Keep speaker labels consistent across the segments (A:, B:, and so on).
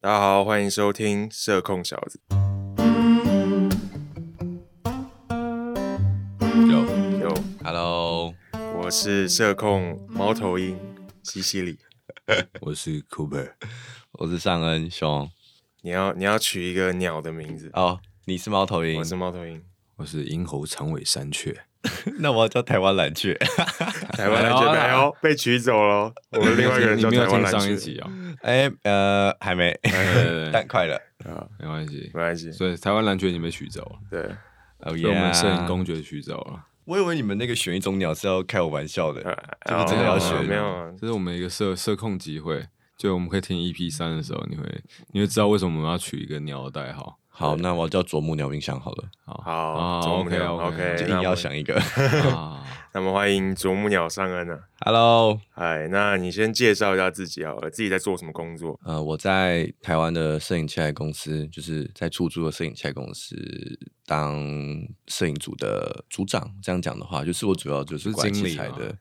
A: 大家好，欢迎收听社控小子。
B: 有
A: 有，
B: Hello，
A: 我是社控猫头鹰西西里。
B: 我是 Cooper，我是尚恩兄。
A: 你要你要取一个鸟的名字，
B: 哦，你是猫头鹰
A: 我，是猫头鹰。
C: 我是银猴长尾山雀，
B: 那我要叫台湾蓝雀。
A: 台湾蓝雀被
B: 哎
A: 哦被取走了，我们另外一个人
C: 你
A: 叫
C: 没
A: 台
C: 有
A: 湾
C: 听
A: 蓝
C: 上一
A: 雀。
C: 集啊、
B: 哎、呃，还没，
C: 对
B: 但快了。
C: 没关系
A: 没。关系，
C: 所以台湾蓝雀你被取走了，
A: 对，Oh，
B: 哦
C: 被我们摄影公爵取走了，
B: 我以为你们那个选一种鸟是要开我玩笑的，
A: 这
B: 个真的要学
A: 呃哦没有啊？
C: 这是我们一个社社控集会。就我们可以听 EP 三的时候，你会你会知道为什么我们要取一个鸟的代号。
B: 好，那我要叫啄木鸟冥想好了，
A: 好
C: 啊
A: 啄木鸟
C: OK，OK，
A: OK，
B: 就
A: 那
B: 硬
A: 我
B: 要
A: 们
B: 想一个。
C: 啊，
A: 那么欢迎啄木鸟上恩啊！
B: Hello，
A: 哎，那你先介绍一下自己好了，自己在做什么工作？
B: 呃，我在台湾的摄影器材公司，就是在出租的摄影器材公司当摄影组的组长。这样讲的话，就是我主要就是
C: 是
B: 管
C: 经
B: 器
C: 理
B: 材
C: 吗
B: 的。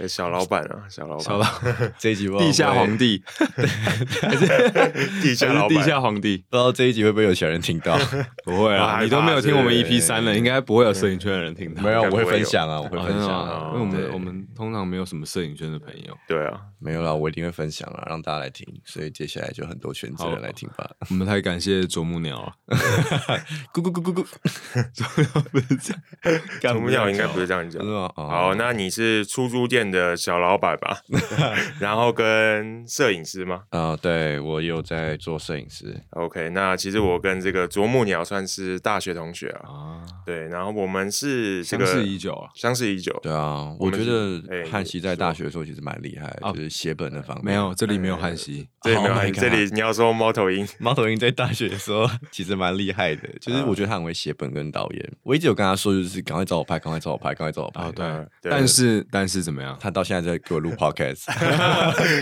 A: 呃小老板啊，小老板，
C: 小老
B: 这一集不知道
C: 地下
B: 会不会
C: 皇帝，
A: 地
C: 这
A: 下
C: 是
A: 老板，
C: 地下皇帝，
B: 不知道这一集会不会有小人听到？
C: 不会
A: 我害
C: 啊，
A: 怕
C: 你都没有听我们
A: 是不是
C: EP 三了，应该不会有摄影圈的人听到。
B: 没有，
A: 应该
B: 我
A: 不会
B: 会
A: 有
B: 分享啊，我会
C: 哦
B: 分
C: 真的
B: 享
C: 吗
B: 啊，
C: 因为我们
B: 对
C: 我们通常没有什么摄影圈的朋友，
A: 对啊，
B: 没有啦，我一定会分享啦，让大家来听。所以接下来就很多选择
C: 好
B: 人来听吧。
C: 我们太感谢啄木鸟了。
B: 咕咕咕咕咕，
C: 不是这样，
A: 啄木鸟应该不是这样讲
B: 真。的吗？哦
A: 好，那你是出租店的小老板 吧？ 然后跟摄影师吗
B: 啊，对我也有在做摄影师，
A: ？OK，那其实
B: 嗯
A: 我跟这个啄木鸟算是大学同学
B: 哦
A: 啊。
C: 啊，
A: 对，然后我们是这
C: 相
A: 个
C: 识已久啊。
A: 相识已久。
B: 对啊，
A: 我
B: 我
A: 们
B: 觉
A: 是哎
B: 得汉西在大学的时候其实蛮厉害的，
C: 啊
B: 就是写本的方面。
C: 没有，这里没有汉西，
A: 这里没有
B: Oh my
A: 你，这里你要说猫头鹰，
B: 猫头鹰在大学的时候其实蛮厉害的，就是
C: 嗯
B: 我觉得他很会写本跟导演。我一直有跟他说，就是赶快找我拍，赶快找我拍，赶快找我拍。
C: 哦，对，
A: 对
C: 但是但是怎么样？
B: 他到现在在给我录 podcast，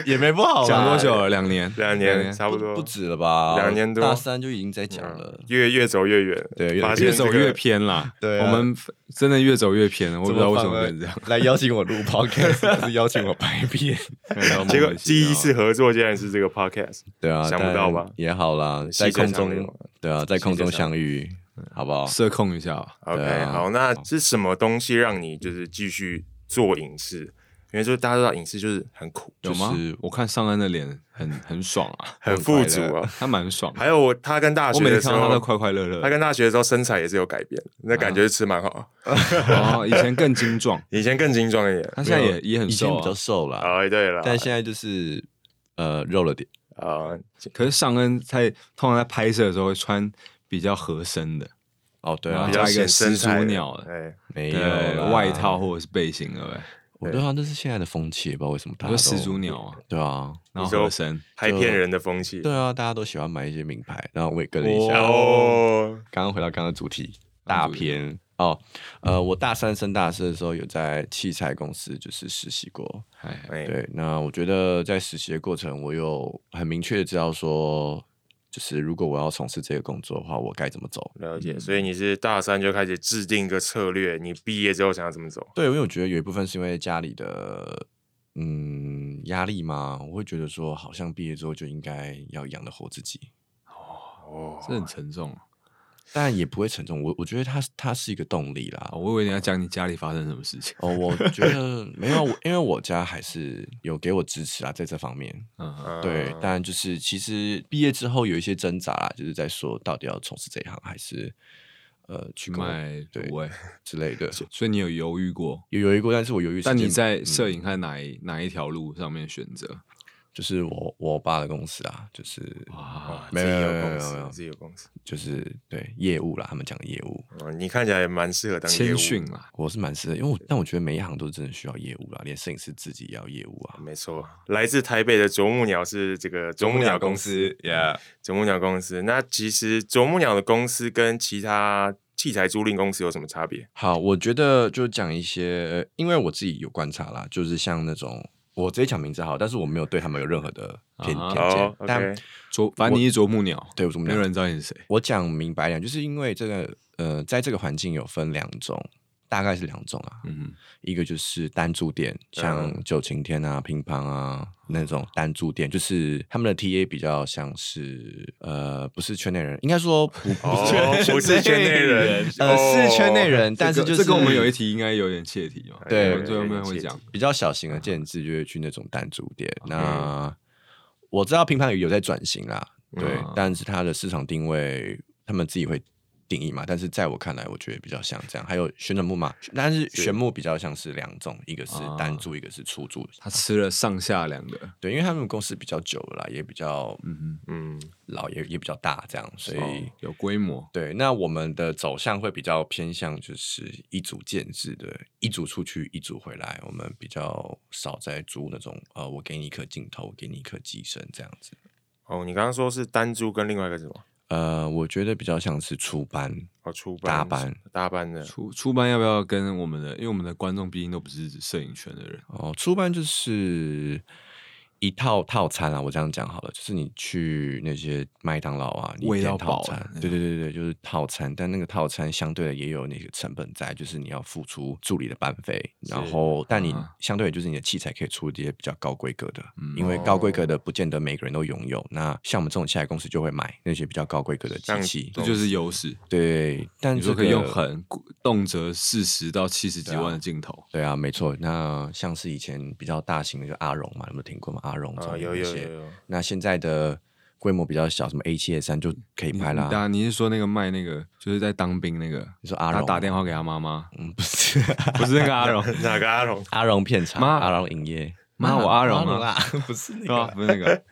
B: 也没不好啦。
C: 讲多久了？两年，
A: 两年差不多，
B: 不止了吧？
A: 两年多嗯
B: 大三就已经在讲了。
A: 越越走越远，
B: 对越
A: 发现
C: 越
A: 这
C: 走
A: 个
C: 越偏啦。
B: 对啊
C: 我们真的越走越偏了，我不
B: 怎
C: 知道为
B: 反
C: 什么
B: 而
C: 变这样。
B: 来邀请我录 podcast，不是邀请我拍片。
A: 结果第一次合作竟然是这个 podcast，
B: 对啊，
A: 想不到吧
B: 但也好啦，
A: 细
B: 在
A: 节
B: 空
A: 上面嘛
B: 中，对啊，在空中
A: 细节上
B: 相遇，好不好？
C: 社控一下吧，
A: OK，、
B: 对啊
A: 哦好，那是什么东西让你就是继续做影视？因为就大家都知道影视就是很苦，
C: 有吗
B: 就是？
C: 我看尚恩的脸很很爽啊，
A: 很富足啊。
C: 他蛮爽的。
A: 还有我，他跟大
C: 我
A: 学
C: 每
A: 的
C: 天
A: 时
C: 看到他
A: 候
C: 都，快快乐乐
A: 他
C: 的，
A: 跟大学的时候身材也是有改变，那感觉是吃蛮好。
C: 哦，以前更精壮，
A: 以前更精壮一点，
C: 他现在也也很
B: 以前
C: 瘦
B: 比较
C: 啊。
B: 瘦啦，
A: 啊，对了，
B: 但啊现在就是呃肉了点。
A: 啊，
C: 可是尚恩在通常在拍摄的时候会穿比较合身的，
B: 哦，对
C: 然
B: 啊
C: 后
A: 比，
C: 加
A: 较
C: 一
A: 显
C: 个
A: 身
C: 始
A: 材
C: 祖
A: 的
C: 鸟的
A: 哎，
B: 没有
C: 对，
B: 啦
C: 外套。或者是背心，对不对？
B: 我对啊，这是现在的风气，也不知道为什么大
C: 你
B: 家都
C: 说始祖鸟啊，
B: 对啊，
C: 然
A: 你
C: 后
A: 说
C: 合身，
A: 拍骗人的风气。
B: 对啊，大家都喜欢买一些名牌，然后我也跟了一下。
A: 哦，
B: 刚刚回到刚刚的主题，大
C: 主题
B: 片哦，呃，我大三升大四的时候有在器材公司就是实习过，
C: 哎，
A: 哎，
B: 对，那我觉得在实习的过程，我有很明确的知道说，就是如果我要从事这个工作的话，我该怎么走。
A: 了解。所以你是大三就开始制定一个策略，你毕业之后想要怎么走？
B: 对，因为我觉得有一部分是因为家里的嗯压力嘛，我会觉得说，好像毕业之后就应该要养得活自己，
A: 哦，
C: 这很沉重啊！
B: 但也不会沉重。我我觉得它它是一个动力啦。
C: 我以为你要讲你家里发生什么事情。
B: 哦，我觉得没有，啊我因为我家还是有给我支持啊，在这方面。
C: 嗯，
A: 嗯
B: 对，但就是其实毕业之后有一些挣扎啦，就是在说到底要从事这一行还是呃去
C: 去
B: 跟我
C: 卖
B: 对
C: 卤味，
B: 之类的，
C: 所以你有犹豫过？
B: 有犹豫过，但是我嗯犹豫时间。
C: 但你
A: 嗯
C: 在摄影和哪一哪一条路上面选择？
B: 就是我我爸的公司啊，就是
C: 哇啊
A: 哇，
B: 没
A: 哦自己
B: 有
A: 有
B: 没有
A: 公
B: 没有没
A: 司，
B: 有
A: 自己有公司。
B: 就是对业务啦，他们讲的业务，
A: 哦，你看起来也蛮适合当业务
C: 谦逊啊啦，
B: 我是蛮适合，因为我但我觉得每一行都真的需要业务啦，连摄影师自己也要业务啊。
A: 没错，来自台北的啄木鸟是这个啄木鸟公司，
C: 嗯
B: ，Yeah，
A: 啄木鸟公司。那其实啄木鸟的公司跟其他器材租赁公司有什么差别？
B: 好，我觉得就讲一些，因为我自己有观察啦，就是像那种我直接讲名字好，但是我没有对他们有任何的偏
C: 啊
B: 偏
C: 了
B: 见
A: 哦，
B: 但
A: ，OK，
C: 啄，反正你是啄木鸟，
B: 对我怎么
C: 没
B: 讲
C: 有人知道你是谁。
B: 我讲明白一点，就是因为这个呃，在这个环境有分两种，大概是两种啊，
C: 嗯
B: 一个就是单驻店，像九晴天啊、乒乓啊那种单驻店，就是他们的 TA 比较像是呃，不是圈内人，应该说不不是、
A: 哦，不是圈内人，
B: 呃是圈内人，
A: 哦
B: 但是
C: 这
B: 就
C: 个
B: 是
C: 这跟我们有一题应该有点切题嘛，哦
B: 对
C: 我们最后面会
A: 有点切
C: 讲
A: 题，
B: 比较小型的建制就会去那种单主店。那我知道乒乓鱼有在转型啦，对，
C: 嗯
B: 但是它的市场定位他们自己会定义嘛。但是在我看来，我觉得比较像这样。还有旋转木马，但是旋木比较像是两种，一个是
C: 啊
B: 单租，一个是出租。
C: 他吃了上下两个，
B: 对，因为他们公司比较久了啦，也比较
C: 嗯
A: 嗯，
B: 老，也也比较大，这样，所
C: 哼，
B: 以。
C: 哦有规模，
B: 对，那我们的走向会比较偏向就是一组建制的，一组出去，一组回来。我们比较少在租那种呃，我给你一颗镜头，我给你一颗机身这样子。
A: 哦，你刚刚说是单租跟另外一个是什么？
B: 呃，我觉得比较像是出班，
A: 哦，出
B: 大
A: 班
B: 班
A: 大班的，
C: 出出班要不要跟我们的？因为我们的观众毕竟都不是摄影圈的人，
B: 哦，出班就是一套套餐啊，我这样讲好了，就是你去那些麦当劳啊，你
C: 喂
B: 点
C: 到
B: 套
C: 饱
B: 餐
C: 了，那
B: 对对对对，就是套餐，但那个套餐相对的也有那个成本在，就是你要付出助理的班费，然
A: 是
B: 后但你
C: 啊
B: 相对就是你的器材可以出一些比较高规格的，
C: 嗯
B: 因为高规格的不见得每个人都拥有，那像我们这种器材公司就会买那些比较高规格的机
A: 像
B: 器
C: 这，就是优势。
B: 对，但
C: 你
B: 这
C: 说
B: 个
C: 可以用很动辄四十到七十几万的镜头，
B: 对啊，没错。那像是以前比较大型的，就阿荣嘛，有没有听过吗？阿荣
A: 啊，
B: 综艺
A: 有
B: 那
A: 有
B: 些
A: 有 有，
B: 那现在的规模比较小，什么 A 七 A 三就可以
C: 你
B: 拍
C: 你
B: 啦。
C: 打你是说那个卖那个，就是在当兵那个？
B: 你说阿
C: 他
B: 荣啊
C: 打电话给他妈妈，
B: 嗯，不是
C: 不是那 个阿 荣，
A: 哪个阿龙？
B: 阿荣片场，
C: 妈
B: 阿荣影业，
C: 妈我阿荣啊
B: 啦，不是那
C: 对
B: 个
C: 吧？
B: 啦。
C: 不是 那个。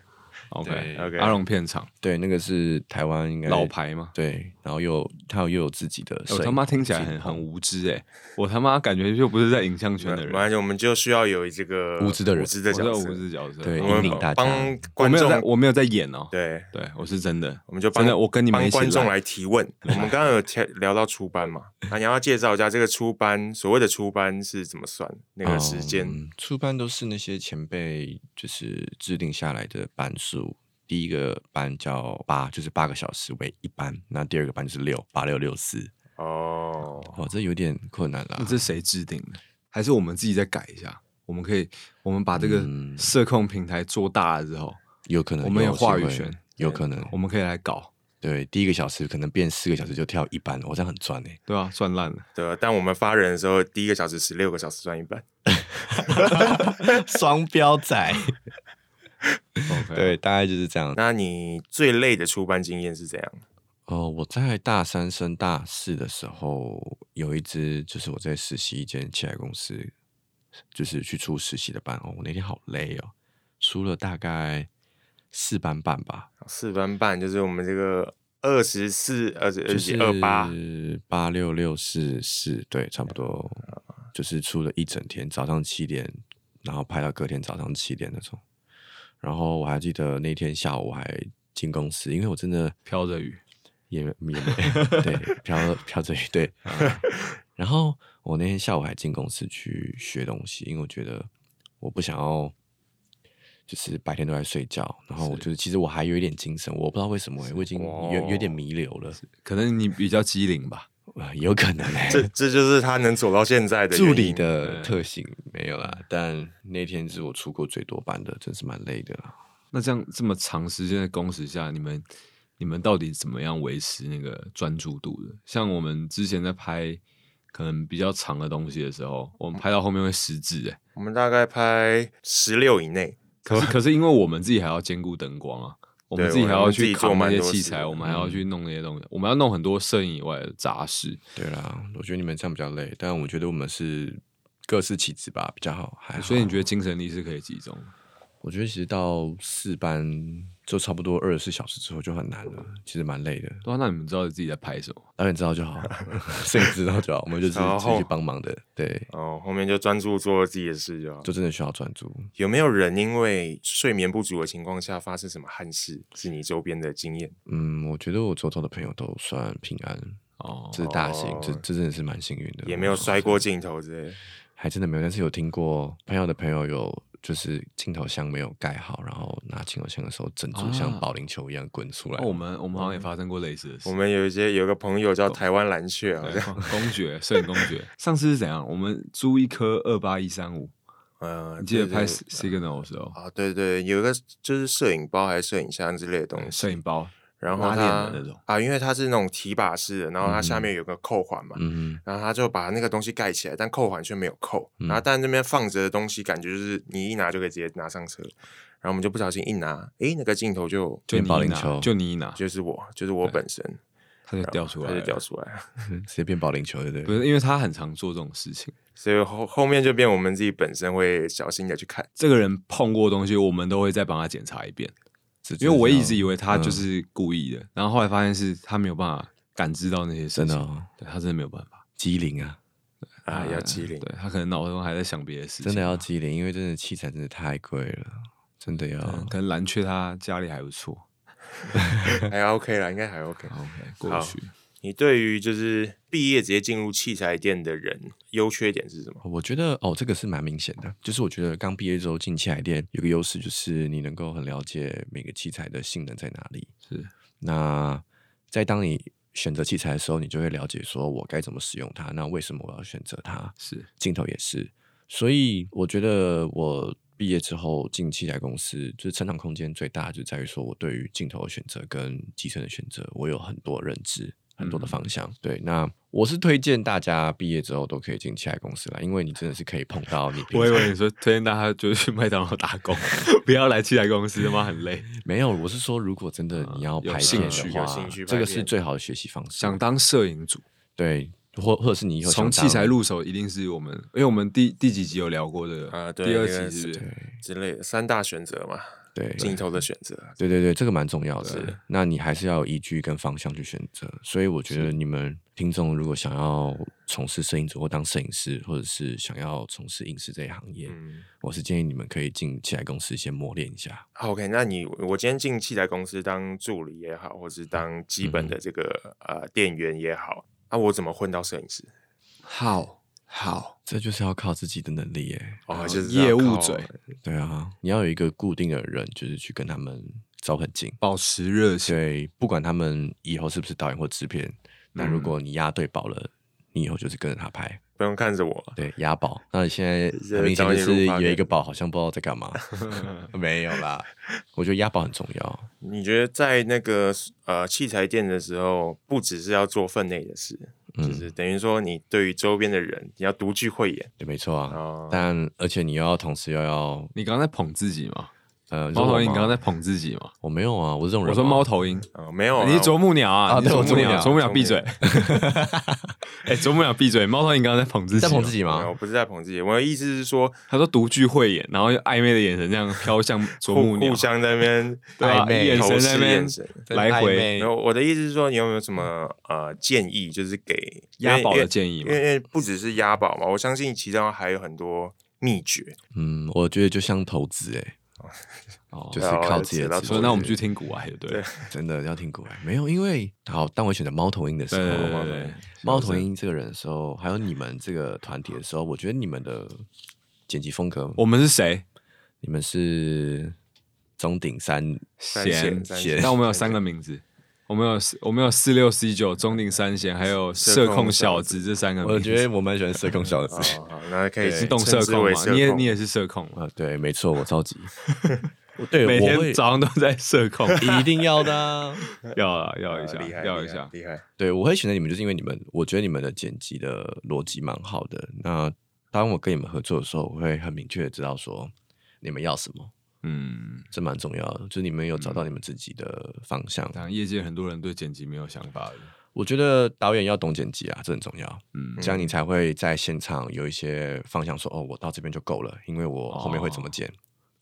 C: OK
B: 对
A: OK
C: 阿荣片场
B: 对，那个是台湾应该
C: 老。牌嘛？
B: 对，然后又有他又有自己的摄
C: 我
B: 影，
C: 他妈听起来很很无知哎，我他妈感觉就不是在影像圈的
A: 没
C: 人，
A: 关系，我们就需要有这个
B: 无知的人
A: 无知
C: 我
A: 的
C: 是
A: 角色
C: 无，知角色。
B: 对
A: 我
B: 引领大
A: 们
B: 家
A: 帮
C: 我
A: 观
C: 没有在，
A: 众
C: 我没有在演哦。
A: 对。
C: 对，我是真的。
A: 我们就帮
C: 真的，我跟你们
A: 帮
C: 一起
A: 观众来提 问。我们刚刚有提聊到出班嘛，啊，你要介绍一下这个出班，所谓的出班是怎么算？那个时间、
B: 嗯出班都是那些前辈就是制定下来的班数。第一个班叫八，就是八个小时为一班；那第二个班就是六，八六六四。
A: 哦，
B: 哦，这有点困难啦
C: 那。这谁制定的？还是我们自己再改一下？我们可以，我们把这个
B: 嗯
C: 社控平台做大了之后，
B: 有可能
C: 我们有
B: 机
C: 话语
B: 会
C: 权，
B: 有可能
C: 我们可以来搞，
B: 对，第一个小时可能变四个小时就跳一班，我、这样很赚哎、
C: 对吧、啊？算烂了，
A: 对。但我们发人的时候，第一个小时十六个小时算一半。
B: 双标仔。
C: OK
B: 对，大概就是这样。
A: 那你最累的出班经验是怎样？
B: 哦，我在大三升大四的时候，有一支就是我在实习一间器材公司，就是去出实习的班哦。我那天好累哦，出了大概四班半吧，
A: 四班半就是我们这个二十四、二十
B: 就
A: 二、
B: 是
A: 二八，
B: 八六六四四，对，啊差不多，就是出了一整天，早上七点，然后拍到隔天早上七点那种。然后我还记得那天下午我还进公司，因为我真的
C: 飘着雨，
B: 也也没 对飘飘着雨对。 然后我那天下午还进公司去学东西，因为我觉得我不想要。就是白天都在睡觉，然后我就是其实我还有一点精神，我不知道为什么欸、我已经有有点弥留了，
C: 可能你比较机灵吧。
B: 呃有可能哎、
A: 这这就是他能走到现在的
B: 助
A: 原
B: 理
A: 因。
B: 的特性没有啦，但那天是我出过最多班的，真是蛮累的啦。
C: 那这样这么长时间的工时下，你们你们到底怎么样维持那个专注度的？像我们之前在拍可能比较长的东西的时候，我们拍到后面会失智哎、
A: 我们大概拍十六以内，
C: 可是可是因为我们自己还要兼顾灯光啊，我们
A: 对
C: 自己还
A: 我
C: 要
A: 们自己
C: 去
A: 做
C: 扛那
A: 蛮
C: 些
A: 多
C: 器
A: 事
C: 材，
A: 的嗯
C: 我们还要去弄那些东西，我们要弄很多摄影以外的杂事。
B: 对啦，我觉得你们这样比较累，但我觉得我们是各司其职吧，比较好。还
A: 哎
B: 好
C: 所以你觉得精神力是可以集中的？
B: 我觉得其实到四班就差不多二十四小时之后就很难了，其实蛮累的。
C: 对啊，那你们知道自己在拍什么？
B: 导演知道就好，摄影知道就好，我们就是
A: 然
B: 自己
A: 后
B: 去帮忙的。对，
A: 哦，后面就专注做自己的事就好。
B: 就真的需要专注。
A: 有没有人因为睡眠不足的情况下发生什么憾事？是你周边的经验？
B: 嗯，我觉得我周遭的朋友都算平安，
C: 哦，
B: 这是大幸，这
A: 哦
B: 这真的是蛮幸运的。
A: 也没有摔过镜头之类的。
B: 还真的没有，但是有听过朋友的朋友有就是镜头箱没有盖好，然后拿镜头箱的时候，珍珠像
C: 啊
B: 保龄球一样滚出来。
C: 哦我们我们好像也发生过类似的事
A: 我。们有一些有个朋友叫台湾蓝雀，好
C: 对
A: 像，
C: 公爵，摄影公爵。上次是怎样？我们租一颗二八一三五，
A: 嗯，
C: 你记得
A: 对
C: 拍
A: 对
C: signal 的时候，
A: 啊，对对，有一个就是摄影包还是摄影箱之类的东
C: 对
A: 西，
C: 摄影包，
A: 然后
C: 拉链
A: 它
C: 的那种
A: 啊，因为它是那种提把式的，然后它下面有个扣环嘛，
B: 嗯，
A: 然后他就把那个东西盖起来，但扣环却没有扣。
B: 嗯
A: 然后但那边放着的东西，感觉就是你一拿就可以直接拿上车。然后我们就不小心一拿，诶，那个镜头就
C: 就
B: 变
C: 你
B: 保
C: 一
B: 龄
C: 拿
B: 球
C: 就你一拿，
A: 就是我，就是我本身，
C: 它就掉出来
A: 它
C: 了，
A: 就掉出来了。
B: 直接变保龄球，对不对？
C: 不是，因为他很常做这种事情。
A: 所以后后面就变我们自己本身会小心的去看。
C: 这个人碰过的东西，我们都会再帮他检查一遍，
B: 只知
C: 因
B: 道，
C: 为我一直以为他
A: 嗯
C: 就是故意的，然后后来发现是他没有办法感知到那些事
B: 真
C: 情，
B: 的哦
C: 对他真的没有办法
B: 机灵啊，
A: 啊，要机灵，哦
C: 对他可能脑中还在想别的事情，
B: 真的要机灵，因为真的器材真的太贵了，真的要
A: 哦
C: 嗯可能蓝雀他家里还不错
A: 还 OK 啦，应该还 OK。
C: ，OK，过
A: 好
C: 去
A: 你对于就是毕业直接进入器材店的人，优缺点是什么？
B: 我觉得哦，这个是蛮明显的，就是我觉得刚毕业之后进器材店有个优势，就是你能够很了解每个器材的性能在哪里。
C: 是
B: 那在当你选择器材的时候，你就会了解说我该怎么使用它，那为什么我要选择它？
C: 是
B: 镜头也是，所以我觉得我毕业之后进器材公司，就是成长空间最大，就在于说我对于镜头的选择跟机身的选择，我有很多认知。很多的方
C: 嗯
B: 向，对，那我是推荐大家毕业之后都可以进器材公司啦，因为你真的是可以碰到你平
C: 我以
B: 常
C: 为你说推荐大家就去麦当劳打工， 不要来器材公司，他妈很 累。
B: 没有，我是说，如果真的
C: 啊
B: 你要
C: 有
B: 拍
C: 兴
B: 片
C: 趣
B: 的
A: 有
B: 话
A: 兴趣，
B: 这
A: 拍
B: 个是
A: 片
B: 最好的学习方式。
C: 想当摄影组，
B: 对，或或者是你以后
C: 从
B: 想
C: 器材
B: 当
C: 入手，一定是我们，因为我们第第几集有聊过的
A: 啊对
C: 呃第二
A: 那个
C: 集是不
A: 是
C: 是？
A: 之类的三大选择嘛，
B: 对
A: 镜头的选择。
B: 对对对，这个蛮重要
A: 是
B: 的。那你还是要有依据跟方向去选择。所以我觉得你们听众如果想要从事摄影组或当摄影师，或者是想要从事影视这一行业，
A: 嗯
B: 我是建议你们可以进器材公司先磨练一下。
A: 啊，OK，那你我今天进器材公司当助理也好，或是当基本
C: 嗯
A: 的这个、呃店员也好，啊，我怎么混到摄影师？
C: 好好，
B: 这就是要靠自己的能力耶。
A: 哦，
C: 啊
A: 就是
C: 业
A: 要
C: 务
A: 靠
C: 嘴，
B: 对啊，你要有一个固定的人，就是去跟他们招很近。
C: 保持热情，
B: 所以不管他们以后是不是导演或制片，那
A: 嗯
B: 如果你押对宝了，你以后就是跟着他拍，
A: 不用看着我，
B: 对，押宝。那你现在
A: 这
B: 很明显
A: 导
B: 就
A: 演如
B: 是
A: 发
B: 有一
A: 言
B: 个宝，好像不知道在干 嘛。没有啦，我觉得押宝很重要。
A: 你觉得在那个呃器材店的时候，不只是要做分内的事，就
B: 嗯，
A: 是等于说你对于周边的人，你要独具慧眼
B: 对，没错啊。
A: 哦。
B: 但而且你又要同时又要
C: 你刚刚在捧自己嘛？
B: 呃，
C: 猫
B: 如果
C: 头鹰，
B: 嘛
C: 你刚刚在捧自己嘛？
B: 我没有啊，我是这种人。
C: 我说猫，头鹰，
A: 哦，没有、啊，
C: 你是啄木鸟
B: 啊
C: 啊？你是
B: 对我
C: 啄
B: 啄
C: 木
B: 木鸟
C: 鸟，啄木鸟
A: 啄木
C: 闭嘴。哎，啄木鸟闭嘴。猫头鹰刚刚在捧自己，
B: 在捧自。己
A: 没有
B: 吗
A: 我？不是在捧自己，我的意思是说，
C: 他说独具慧眼，然后用暧昧的眼神这样飘向啄
A: 互
C: 木
A: 互
C: 鸟，
A: 相在那边
C: 对吧
B: 暧昧
C: 眼
A: 投
C: 神在
A: 视
C: 那边哎
A: 眼神。
C: 来
B: 暧
C: 回
B: 昧
A: 然后我的意思是说，你有没有什么呃建议，就是给
C: 押宝的
A: 议？
C: 建议
A: 因
C: 嘛
A: 为？因为不只是押宝嘛，我相信其中还有很多秘诀。
B: 嗯，我觉得就像投资哎，
C: 哦
B: 就是
A: 好
B: 靠自己
A: 扯到
B: 的自
A: 投资
B: 己。
C: 所以那我们去听古玩，对不对
A: 对？
B: 真的要听古来，没有，因为好，当我选择猫头鹰的时
C: 对对
B: 候
C: 对，对对，
B: 猫头鹰这个人的时候，还有你们这个团体的时候，我觉得你们的剪辑风格，
C: 我们是谁？
B: 你们是中顶山，
A: 三
C: 弦
A: 弦三
B: 弦
A: 弦，
C: 但我们有三个名字，我们有四我们有四六 C 九中定三弦，还有
A: 社
C: 社
A: 控
C: 控
A: 小
C: 小
A: 子
C: 子这三个名字。
B: 我觉得我蛮喜欢社工小子。
A: 哦，好，那可以
C: 你懂社
A: 称之
C: 控
A: 为
C: 吗？
A: 社
C: 你也
A: 控
C: 你也是社控吗，
B: 呃，对，没错，我 超级，我对，
C: 每
B: 我会
C: 天早上都在社控，
B: 一定要的啊、
C: 要啊要一
A: 呃
C: 下
A: 厉害，
C: 要
A: 厉
C: 一
A: 害
C: 下。
A: 厉害。
B: 对，我会选择你们，就是因为你们，我觉得你们的剪辑的逻辑蛮好的。那当我跟你们合作的时候，我会很明确的知道说你们要什么，
C: 嗯，
B: 这蛮重要的，就是你们有找到你们自己的方向。
C: 当然业界很多人对剪辑没有想法的。
B: 我觉得导演要懂剪辑啊，这很重要，
C: 嗯，
B: 这样你才会在现场有一些方向说，哦，我到这边就够了，因为我后面会
C: 哦
B: 怎么剪，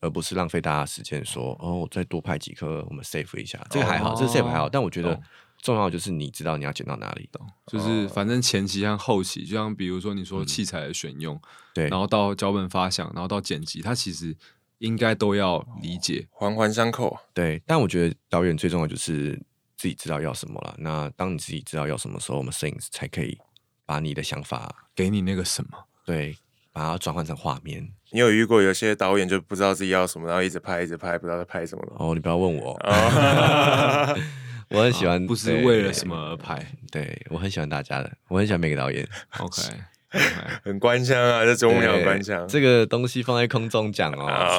B: 而不是浪费大家的时间说，哦，我再多拍几颗，我们 save 一下，这个还好，这个 save 还好，但我觉得
C: 哦懂
B: 重要的就是你知道你要剪到哪里，
C: 就是
A: 哦
C: 反正前期和后期，就像比如说你
A: 嗯
C: 说器材的选用，
B: 对
C: 然后到脚本发想，然后到剪辑，它其实应该都要理解。
A: 环环相扣啊，
B: 对，但我觉得导演最重要就是自己知道要什么了。那当你自己知道要什么时候，我们摄影师才可以把你的想法
C: 给你那个什么，
B: 对。把它转换成画面。
A: 你有遇过有些导演就不知道自己要什么，然后一直拍一直拍，不知道在拍什么了。
B: 哦，你不要问我，
A: 哦
B: 我很喜欢，
C: 啊不是
B: 对
C: 为了什么而拍。
B: 对对我很喜欢大家的，我很喜欢每个导演。
C: OK，
A: 很官腔啊，这中午
B: 对
A: 有官腔。
B: 这个东西放在空中讲哦，
A: 啊，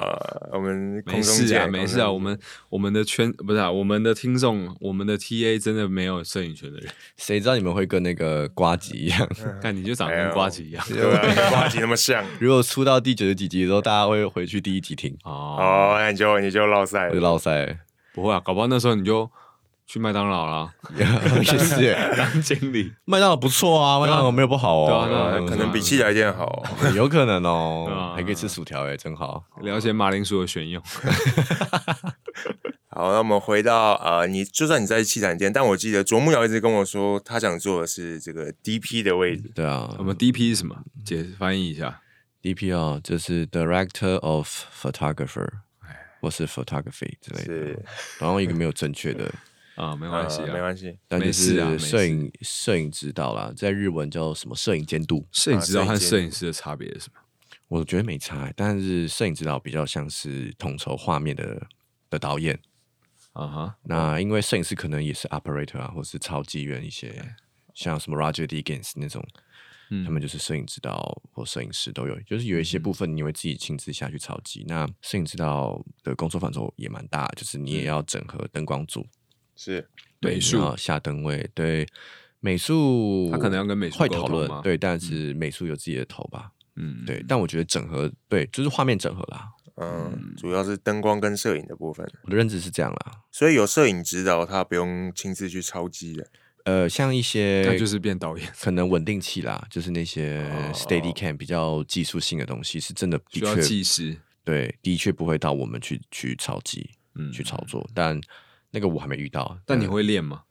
A: 我们空
C: 没
A: 中
C: 事啊，
A: 见，
C: 没
A: 空
C: 事啊。
A: 中
C: 我们我们的圈不是啊，我们的听众，我们的 TA 真的没有摄影圈的人，
B: 谁知道你们会跟那个瓜吉一样？
A: 嗯
C: 看你就
A: 哎
C: 长得跟瓜子一样。
A: 对啊， 跟瓜吉那么像
B: 如果出到第九十几集的时候，大家会回去第一集听，
C: 哦，
A: 哦，那你就你就落赛
B: 我就
A: 了。
B: 落 塞了，
C: 不会啊，搞不好那时候你就去麦当劳啦，
B: 也是耶。
C: 当经理。
B: 麦当劳不错啊，麦当劳没有不好
C: 对啊对
B: 哦
C: 啊，
A: 哦可能比汽来店好哦。
B: 有可能
C: 对
B: 哦，
C: 啊
B: 还可以吃薯条哎，真好。
C: 了解马铃薯的选用，
B: 嗯
A: 好，那我们回到呃，你就算你在汽展店，但我记得卓木瑶一直跟我说，他想做的是这个 DP 的位置。
B: 对啊，
C: 我们 DP 是什么？解翻译一下。
B: DP 哦，就是 Director of Photographer
C: 哎
B: 或是 Photography 之类的
A: 是，
B: 然后一个没有正确的，
C: 啊，嗯没关系
A: 呃没
C: 啊，
A: 关系。
B: 但就
C: 没事啊
B: 是
C: 没事
B: 摄影摄影指导啦，在日文叫什么摄影监督，
C: 摄影指导
A: 啊摄
C: 和
A: 影监
C: 摄影师的差别是什么？
B: 我觉得没差欸，但是摄影指导比较像是统筹画面的的导演。
C: 啊哈，
B: 那因为摄影师可能也是 operator 啊，或是超级员一些，像什么 Roger Deakins 那种，
C: 嗯
B: 他们就是摄影指导或摄影师都有，就是有一些部分你会自己亲自下去操机。那摄影指导的工作范畴也蛮大，就是你也要整合灯光组、
A: 是
B: 对
C: 美
B: 你
C: 术
B: 要下灯位，对美术，
C: 他可能要跟美术
B: 会
C: 沟
B: 讨
C: 通
B: 论，
C: 嘛
B: 对，但是美术有自己的头吧，
C: 嗯，
B: 对，但我觉得整合，对，就是画面整合啦，
A: 嗯，主要是灯光跟摄影的部分，
B: 我的认知是这样啦。
A: 所以有摄影指导，他不用亲自去操机的。
B: 呃，像一些
C: 那就是变导演，
B: 可能稳定器啦，就是那些
A: 哦
B: Steadicam 比较技术性的东西，是真的的
C: 需要
B: 确
C: 技师，
B: 对，的确不会到我们去去操机、
C: 嗯，
B: 去操作，但那个我还没遇到。
C: 但你会练吗？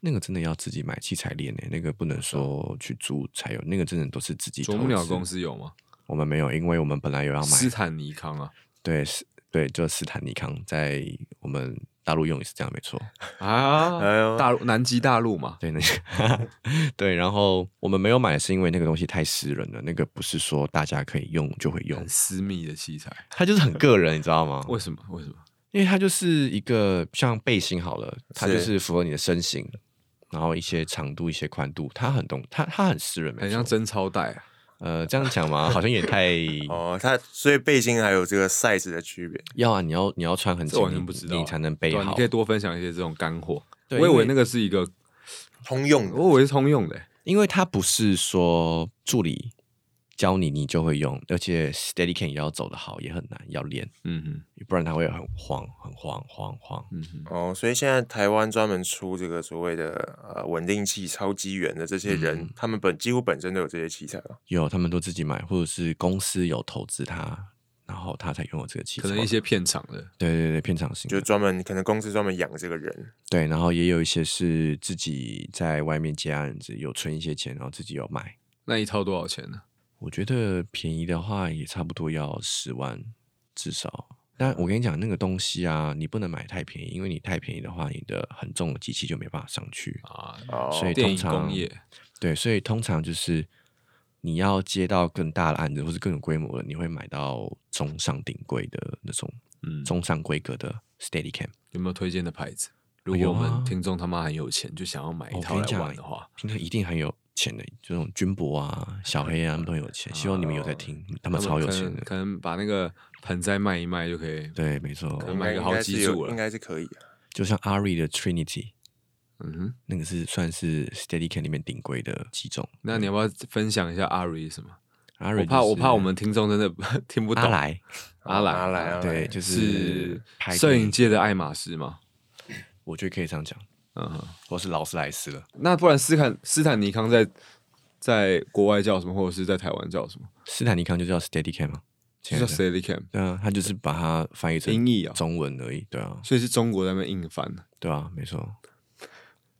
B: 那个真的要自己买器材练呢、那个不能说去租才有，那个真的都是自己投
C: 啊啄
B: 资。
C: 木鸟公司有吗？
B: 我们没有，因为我们本来有要买，
C: 斯坦尼康啊，
B: 对，是对，就斯坦尼康在我们大陆用也是这样，没错。
A: 哎
C: 啊，
A: 呦
C: 大陆南极大陆嘛，
B: 对，那个 对，然后我们没有买是因为那个东西太私人了，那个不是说大家可以用就会用
C: 很，私密的器材，
B: 它就是很个人，你知道吗？
C: 为什么？为什么？
B: 因为它就是一个像背心好了，它
A: 是
B: 就是符合你的身形，然后一些长度、一些宽度，它很懂，它它很私人，没
C: 很像
B: 错
C: 贞操带啊，
B: 呃，这样讲嘛，好像也太
A: 哦，他所以背心还有这个 size 的区别。
B: 要啊，你要你要穿很
C: 这
B: 紧，
C: 我完全
B: 你
C: 不知道，
B: 你才能背
C: 对啊
B: 好。
C: 你可以多分享一些这种干货。
B: 对
C: 我以
B: 因
C: 为
B: 为
C: 那个是一个，
A: 通用的
C: 我以为是通用的欸，
B: 因为它不是说助理教你你就会用，而且 Steadicam 也要走得好，也很难，要练，
C: 嗯哼，
B: 不然它会很慌，很慌，慌慌。
C: 嗯哼，
A: 哦，所以现在台湾专门出这个所谓的呃稳定器、超机源的这些人，
B: 嗯
A: 他们本几乎本身都有这些器材了。
B: 有他们都自己买，或者是公司有投资它，然后它才拥有这个器材。
C: 可能一些片场的，
B: 对对对，片场型的
A: 就专门可能公司专门养这个人，
B: 对，然后也有一些是自己在外面接案子，有存一些钱，然后自己有买。
C: 那一套多少钱呢？
B: 我觉得便宜的话也差不多要十万至少。但我跟你讲，那个东西啊，你不能买太便宜，因为你太便宜的话，你的很重的机器就没办法上去。
C: 啊，
A: 哦，
B: 所以哎
C: 电
B: 通
C: 影
B: 常
C: 工业，
B: 对，所以通常就是你要接到更大的案子或是更有规模的，你会买到中上顶贵的那种
C: 嗯，
B: 中上规格的 Steadicam。
C: 有没有推荐的牌子？如
B: 有
C: 果我
B: 啊哦
C: 们听众他妈很有钱，就想要买一
B: 我
C: 套
B: 跟你
C: 来
B: 讲
C: 玩的话，
B: 平常一定很有钱的，就那种军博啊、小黑啊，他们都很有钱。希望你们有在听，他们
C: 哦他
B: 超有
C: 可
B: 钱
C: 能
B: 的。
C: 可能把那个盆栽卖一卖就可以。
B: 对，没错
C: 可，能
A: 应该
C: 买个好
A: 应该是
C: 几
A: 有
C: 组了
A: 应该是可以啊。
B: 就像阿瑞的 Trinity，
C: 嗯哼，
B: 那个是算是 Steadicam 里面顶规的几种。
C: 那你要不要分享一下阿瑞什么？
B: 阿瑞
C: 我
B: 就
C: 怕我
B: 是
C: 怕我们听众真的听不懂。
B: 阿哦莱，
C: 阿莱
A: 阿莱阿莱
B: 对，啊就是拍
C: 摄
B: 电
C: 影，界的爱马仕吗？
B: 我觉得可以这样讲，
C: 嗯哼，
B: 或是劳斯莱斯了。
C: 那不然斯坦斯坦尼康在在国外叫什么，或者是在台湾叫什么？
B: 斯坦尼康就叫 Steadicam 啊，
C: 就
B: 亲爱
C: 叫
B: 的
C: Steadicam
B: 对啊，他就是把它翻译
C: 音
B: 成
C: 译啊，
B: 中文而已。对啊，
C: 所以是中国在那边硬翻的。
B: 对啊，没错，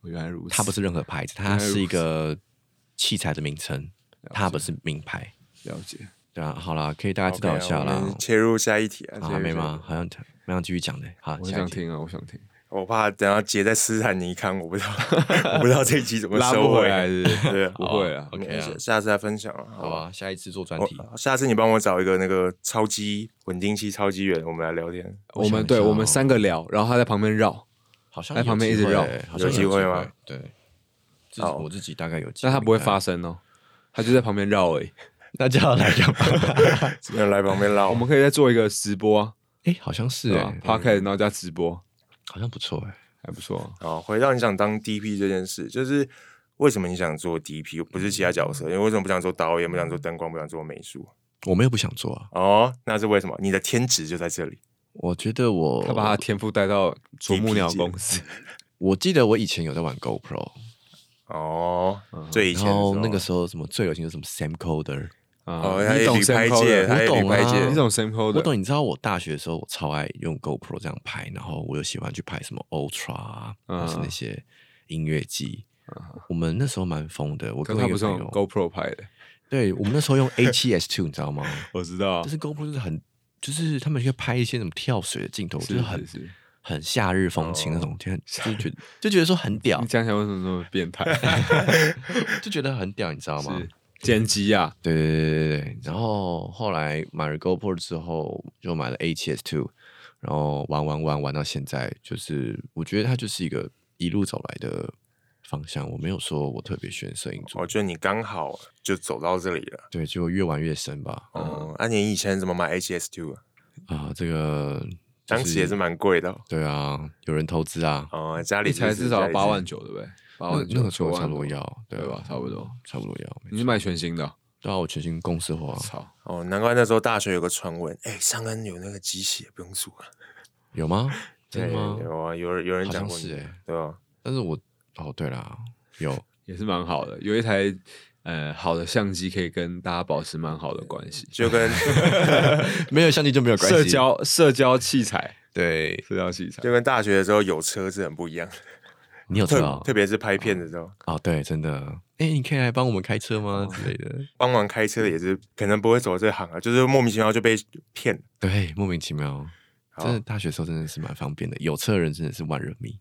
C: 原来如此，
B: 它不是任何牌子，它
C: 原来如
B: 是一个器材的名称，它不是名牌。
C: 了解。
B: 对啊，好啦，可以大概知
A: OK，
B: 道一下
A: 我
B: 啦
A: 们。切入下一题啊，
B: 啊，
A: 切入
B: 还没
A: 下一
B: 吗？
A: 题？
B: 好像没想继续讲的。好，
C: 我
B: 下一
C: 想
B: 题。
C: 听啊，我想听。
A: 我怕等下杰在斯坦尼康，我不知 道，我不知道这一集怎么
C: 拉
A: 收
C: 不回
A: 尾。啊
C: 来是不 是
A: 对，
C: 不会啊
B: 好。，OK 啊
A: 下下次再分享了，
B: 好
A: 吧？
C: 哦
B: 吧，下一次做专题，
A: 我下次你帮我找一个那个超级稳定器超级远，我们来聊天。
C: 我们对
B: 我想一下哦
C: 我们三个聊，然后他在旁边绕，
B: 好像
C: 在
B: 有
C: 旁边一直
B: 机会
C: 绕
B: 欸好像
A: 有机会吗
B: 机？对，自
A: 好
B: 我自己大概有机会，
C: 但他不会发声哦，他就在旁边绕而已。
B: 那就要来干 嘛？
A: 有人来旁边唠
C: 我，们可以再做一个直播啊，
B: 哎，好像是
C: 对
B: 哎
C: 吧，？Podcast 然后加直播，
B: 好像不错哎。
C: 还不错啊。
A: 好，哦回到你想当 DP 这件事，就是为什么你想做 DP，不是其他角色？因为为什么不想做导演，不想做灯光，不想做美术？
B: 我们又不想做啊，
A: 哦，那是为什么？你的天职就在这里。
B: 我觉得我
C: 他把他的天赋带到啄木鸟公 司，
B: 我记得我以前有在玩 GoPro，
A: 哦，最以
B: 然
A: 前
B: 后那个
A: 时
B: 时候什么最流行的什么 Sam Coder，
A: 候哦，
C: 啊，
A: 他
C: 你
A: 也
C: 懂
A: 旅拍
C: Sam
A: 界，他
C: Code，
A: 也
B: 我
A: 旅
B: 懂
A: 拍
B: 啊
C: 你
A: 界，
C: 懂 Sam Code，
B: 我懂。你知道我大学的时候我超爱用 GoPro 这样拍，然后我又喜欢去拍什么 Ultra 啊，
C: 嗯
B: 或是那些音乐机。我们那时候蛮疯的，我
C: 可
B: 跟我
C: 是他
B: 一
C: 不
B: 个
C: 是
B: 朋
C: 用
B: 友，
C: GoPro 拍的，
B: 对我们那时候用 A7S Two，你知道吗？
C: 我知道啊
B: 就是 GoPro 就是很，就是他们要拍一些什么跳水的镜头，就是
C: 是
B: 很
C: 是哦是
B: 很夏日风情那种，就 很就觉得就觉得说很屌
C: 你，讲起来为什么这么变 态？
B: 就觉得很屌，你知道吗？
C: 是剪辑啊，
B: 对对对对对。然后后来买了 GoPro 之后，就买了 A7S Two，然后玩玩玩玩到现在，就是我觉得它就是一个一路走来的方向。我没有说我特别选摄影组，
C: 哦
A: 我觉得哦你刚好就走到这里了。
B: 对，就越玩越深吧。
A: 哦，那你以前怎么买 HS Two 啊？
B: 啊、这个、就
A: 当时也是蛮贵的哦。
B: 对啊，有人投资啊，
A: 哦，家
C: 一
A: 里
C: 台
A: 就是
C: 至少
A: 家里
C: 八
A: 是
C: 万九，对不对？八
B: 那
C: 万九，
B: 那个时候
C: 9
B: 差
C: 万
B: 不多
C: 多
B: 要，对
C: 对吧
B: 吧？？
C: 差不多。
B: 差不多要，
C: 你是买全新的嗯哦？
B: 对啊，我全新公司货啊，
C: 操！
A: 哦，难怪那时候大学有个传闻，哎、上恩有那个鸡血，不用煮了。
B: 有吗？真的吗
A: 对？有啊，有人有人
B: 好
A: 讲
B: 像
A: 过你，
B: 是哎，
A: 对吧？
B: 但是我哦，对啦，有
C: 也是蛮好的，有一台呃好的相机可以跟大家保持蛮好的关系，
A: 就跟
B: 没有相机就没有关系，
C: 社交社交器材，
B: 对，
C: 社交器材
A: 就跟大学的时候有车是很不一样的，
B: 你有车
A: 特
B: 啊？
A: 特别是拍片的时候，
B: 哦，对，真的。哎，你可以来帮我们开车吗？
A: 哦
B: 之类的。
A: 帮忙开车的也是可能不会走这行啊，就是莫名其妙就被骗了。
B: 对，莫名其妙。
A: 好
B: 真的，大学时候真的是蛮方便的，有车的人真的是万人迷。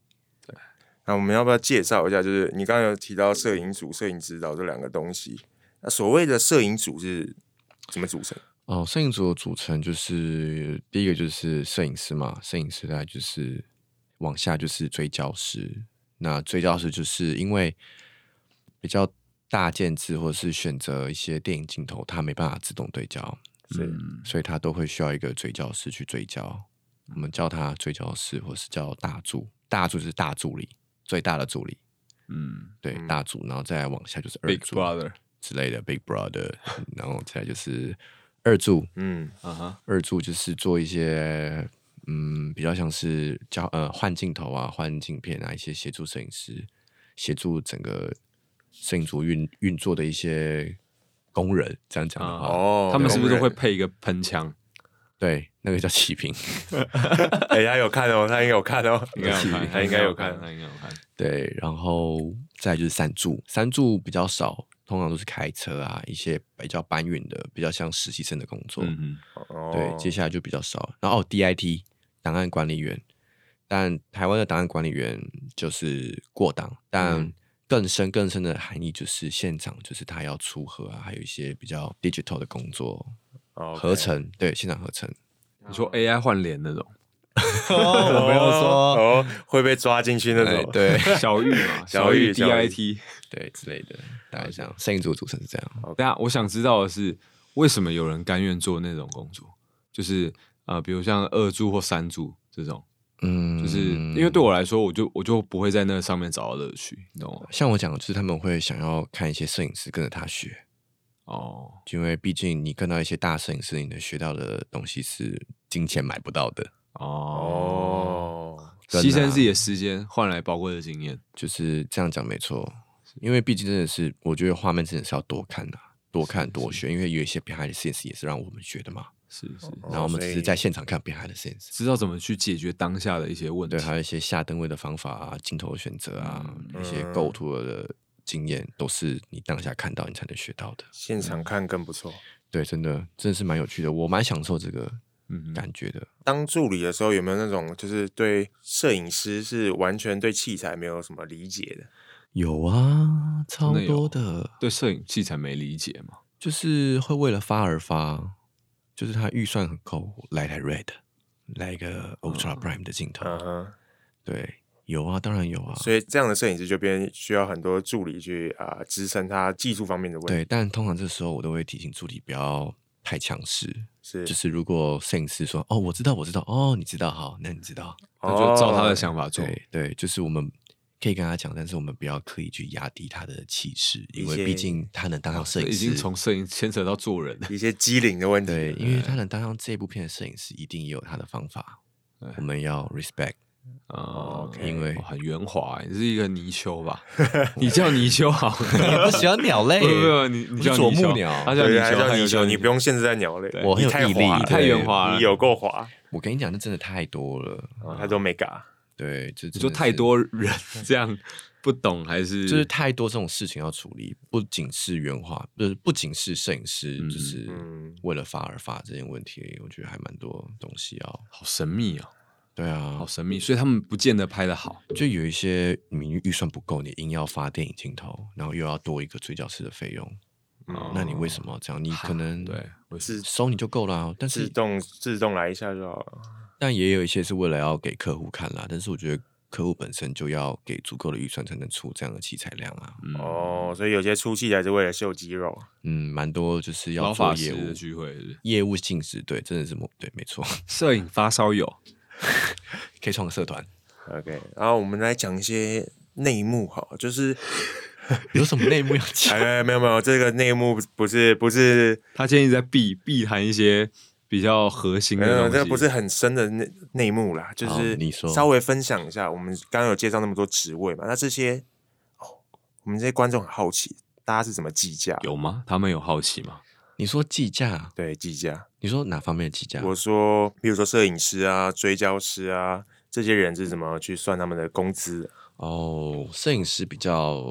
A: 那我们要不要介绍一下？就是你刚刚有提到摄影组、摄影指导这两个东西，那所谓的摄影组是怎么组成？
B: 哦，摄影组的组成就是第一个就是摄影师嘛，摄影师大概就是往下就是追焦师，那追焦师就是因为比较大件制或者是选择一些电影镜头，它没办法自动对焦，
A: 是、
C: 嗯
B: 所以它都会需要一个追焦师去追焦，我们叫它追焦师，或是叫大助，大助就是大助理，最大的助理，
C: 嗯
B: 对，
A: 嗯
B: 大助，然后再往下就是二
C: ，Big
B: 助
C: Brother
B: 之类的 Big Brother，然后再来就是二助，
A: 嗯，
C: 啊哈，
B: 二助就是做一些嗯比较像是交呃换镜头啊、换镜片啊，一些协助摄影师协助整个摄影组运运作的一些工人，这样讲的话，
C: 啊
A: 哦，
C: 他们是不是都
A: 工
C: 会
A: 人？
C: 配一个喷枪？
B: 对，那个叫骑兵。
A: 哎、他有看哦，他应该有看哦，
C: 应该有 看，
A: 他应该有看，
C: 他应该有看。
B: 对，然后再来就是三柱，三柱比较少，通常都是开车啊，一些比较搬运的，比较像实习生的工作。
C: 嗯
A: 哦，
B: 对，接下来就比较少。然后、哦、DIT 档案管理员，但台湾的档案管理员就是过档，但
A: 嗯
B: 更深更深的含义就是现场就是他要出盒啊，还有一些比较 digital 的工作
A: 哦，OK
B: 合成，对，现场合成。
C: 哼，你说 AI 换脸那种，
B: 我没有说，
A: 哦，会被抓进去那
B: 哎
A: 种。
B: 对
C: 小玉嘛，
A: 小玉小玉
C: DIT。
B: 对之类的，大概这样。摄影组组成是这样。
C: 等一下，我想知道的是，为什么有人甘愿做那种工作？就是呃，比如像二柱或三柱这种，
B: 嗯，
C: 就是、因为对我来说，我就我就不会在那上面找到乐趣，你懂吗？
B: 像我讲，的，就是他们会想要看一些摄影师跟着他学，
C: 哦，
B: 因为毕竟你看到一些大摄影师，你能学到的东西是金钱买不到的。
C: 哦，
A: 哦，
B: 真
C: 牺
B: 的
C: 牲
B: 啊
C: 自己的时间换来宝贵的经验。
B: 就是这样讲没错，因为毕竟真的是，我觉得画面真的是要多看啊，多看多学，因为有一些 behind the scenes 也是让我们学的嘛。
C: 是是，
A: 哦
B: 然后我们只
A: 所
B: 是
A: 以
B: 在现场看 behind the scenes，
C: 知道怎么去解决当下的一些问题
B: 对，。还有一些下灯位的方法啊、镜头的选择啊、一些
A: 嗯
B: 构图的经验，都是你当下看到你才能学到的。
A: 现场看更不错。
B: 对，真的真的是蛮有趣的，我蛮享受这个
C: 嗯哼，
B: 感觉的。
A: 当助理的时候，有没有那种就是对摄影师是完全对器材没有什么理解的？
B: 有啊，超
C: 的有
B: 多的，
C: 对摄影器材没理解嘛？
B: 就是会为了发而发，就是他预算很够，来台 Red，来一个 Ultra Prime 的镜头，
A: 嗯哼，
B: 对，有啊，当然有啊，
A: 所以这样的摄影师就变需要很多助理去啊、呃支撑他技术方面的问题。
B: 对，但通常这时候我都会提醒助理不要太强势，
A: 是，
B: 就是如果摄影师说哦，我知道，我知道，哦，你知道，好，那你知道，
A: 哦
C: 那就照他的
A: 法。
C: 想法做。
B: 哦对对，就是我们可以跟他讲，但是我们不要刻意去压低他的气势，因为
A: 理解
B: 毕竟他能当上摄
C: 这
B: 影
C: 已
B: 师，
C: 经从摄影牵扯到做人了。
A: 一些机灵的问题。
B: 对，因为他能当上这部片的摄影师，一定也有他的方法
C: 对，
B: 我们要 respect。
C: 哦
A: OK
B: 因为
C: 哇很圆滑，欸你是一个泥鳅吧？ 你叫泥鳅好了，
B: 我喜欢鸟类
C: 不不不，你
B: 哎我
C: 你
B: 是
C: 叫
B: 啄
C: 泥鳅
B: 木鸟
C: 他叫泥
A: 对，
C: 鳅，
A: 还叫
C: 他
A: 泥
C: 叫
A: 鳅，你不用限制在鸟类，
B: 我很
A: 你
B: 有
A: 太
B: 毅
A: 滑
B: 力
A: 了
C: 太
B: 对
C: 圆滑了
A: 你有够滑，
B: 我跟你讲，那真的太多了，
A: 哦他都没嘎。
B: 对，这
C: 你
B: 真
C: 说
B: 的
C: 太
B: 是，
C: 多人这样不懂还是
B: 就是太多这种事情要处理，不仅是原画，就是不仅是摄影师，
C: 嗯
B: 就是
A: 嗯
B: 为了发而发这件问题，我觉得还蛮多东西要。
C: 好神秘哦，
B: 对啊
C: 好，神秘，所以他们不见得拍的好，
B: 就有一些你预算不够，你硬要发电影镜头，然后又要多一个追角式的费用，
A: 嗯，
B: 那你为什么要这样？你可能
C: 对，我
A: 自
C: 是
B: 收你就够了啊、但
A: 自
B: 是嗯
A: 动自动来一下就好了。
B: 但也有一些是为了要给客户看啦，但是我觉得客户本身就要给足够的预算才能出这样的器材量啊。
C: 嗯
A: 哦，所以有些出气还是为了秀肌肉。
B: 嗯，蛮多就是要
C: 老
B: 做
C: 法
B: 业
C: 师
B: 务
C: 的，聚会是不是，
B: 业务性质对，真的是某对，没错，
C: 摄影发烧友，
B: 可以创个社团，
A: OK，然后我们来讲一些内幕哈，就是
B: 有什么内幕要讲？
A: 哎，没有没有，这个内幕不是不是，
C: 他建议在避避谈一些比较核心
A: 没
C: 的
A: 有
C: 东西，
A: 这不是很深的内内幕啦，就
B: 好
A: 是
B: 你说
A: 稍微分享一下。我们刚刚有介绍那么多职位嘛，那这些哦，我们这些观众很好奇，大家是怎么计价？
C: 有吗？他们有好奇吗？
B: 你说计价，
A: 对计价，
B: 你说哪方面的计价？
A: 我说，比如说摄影师啊、追焦师啊，这些人是怎么去算他们的工资？
B: 哦，摄影师比较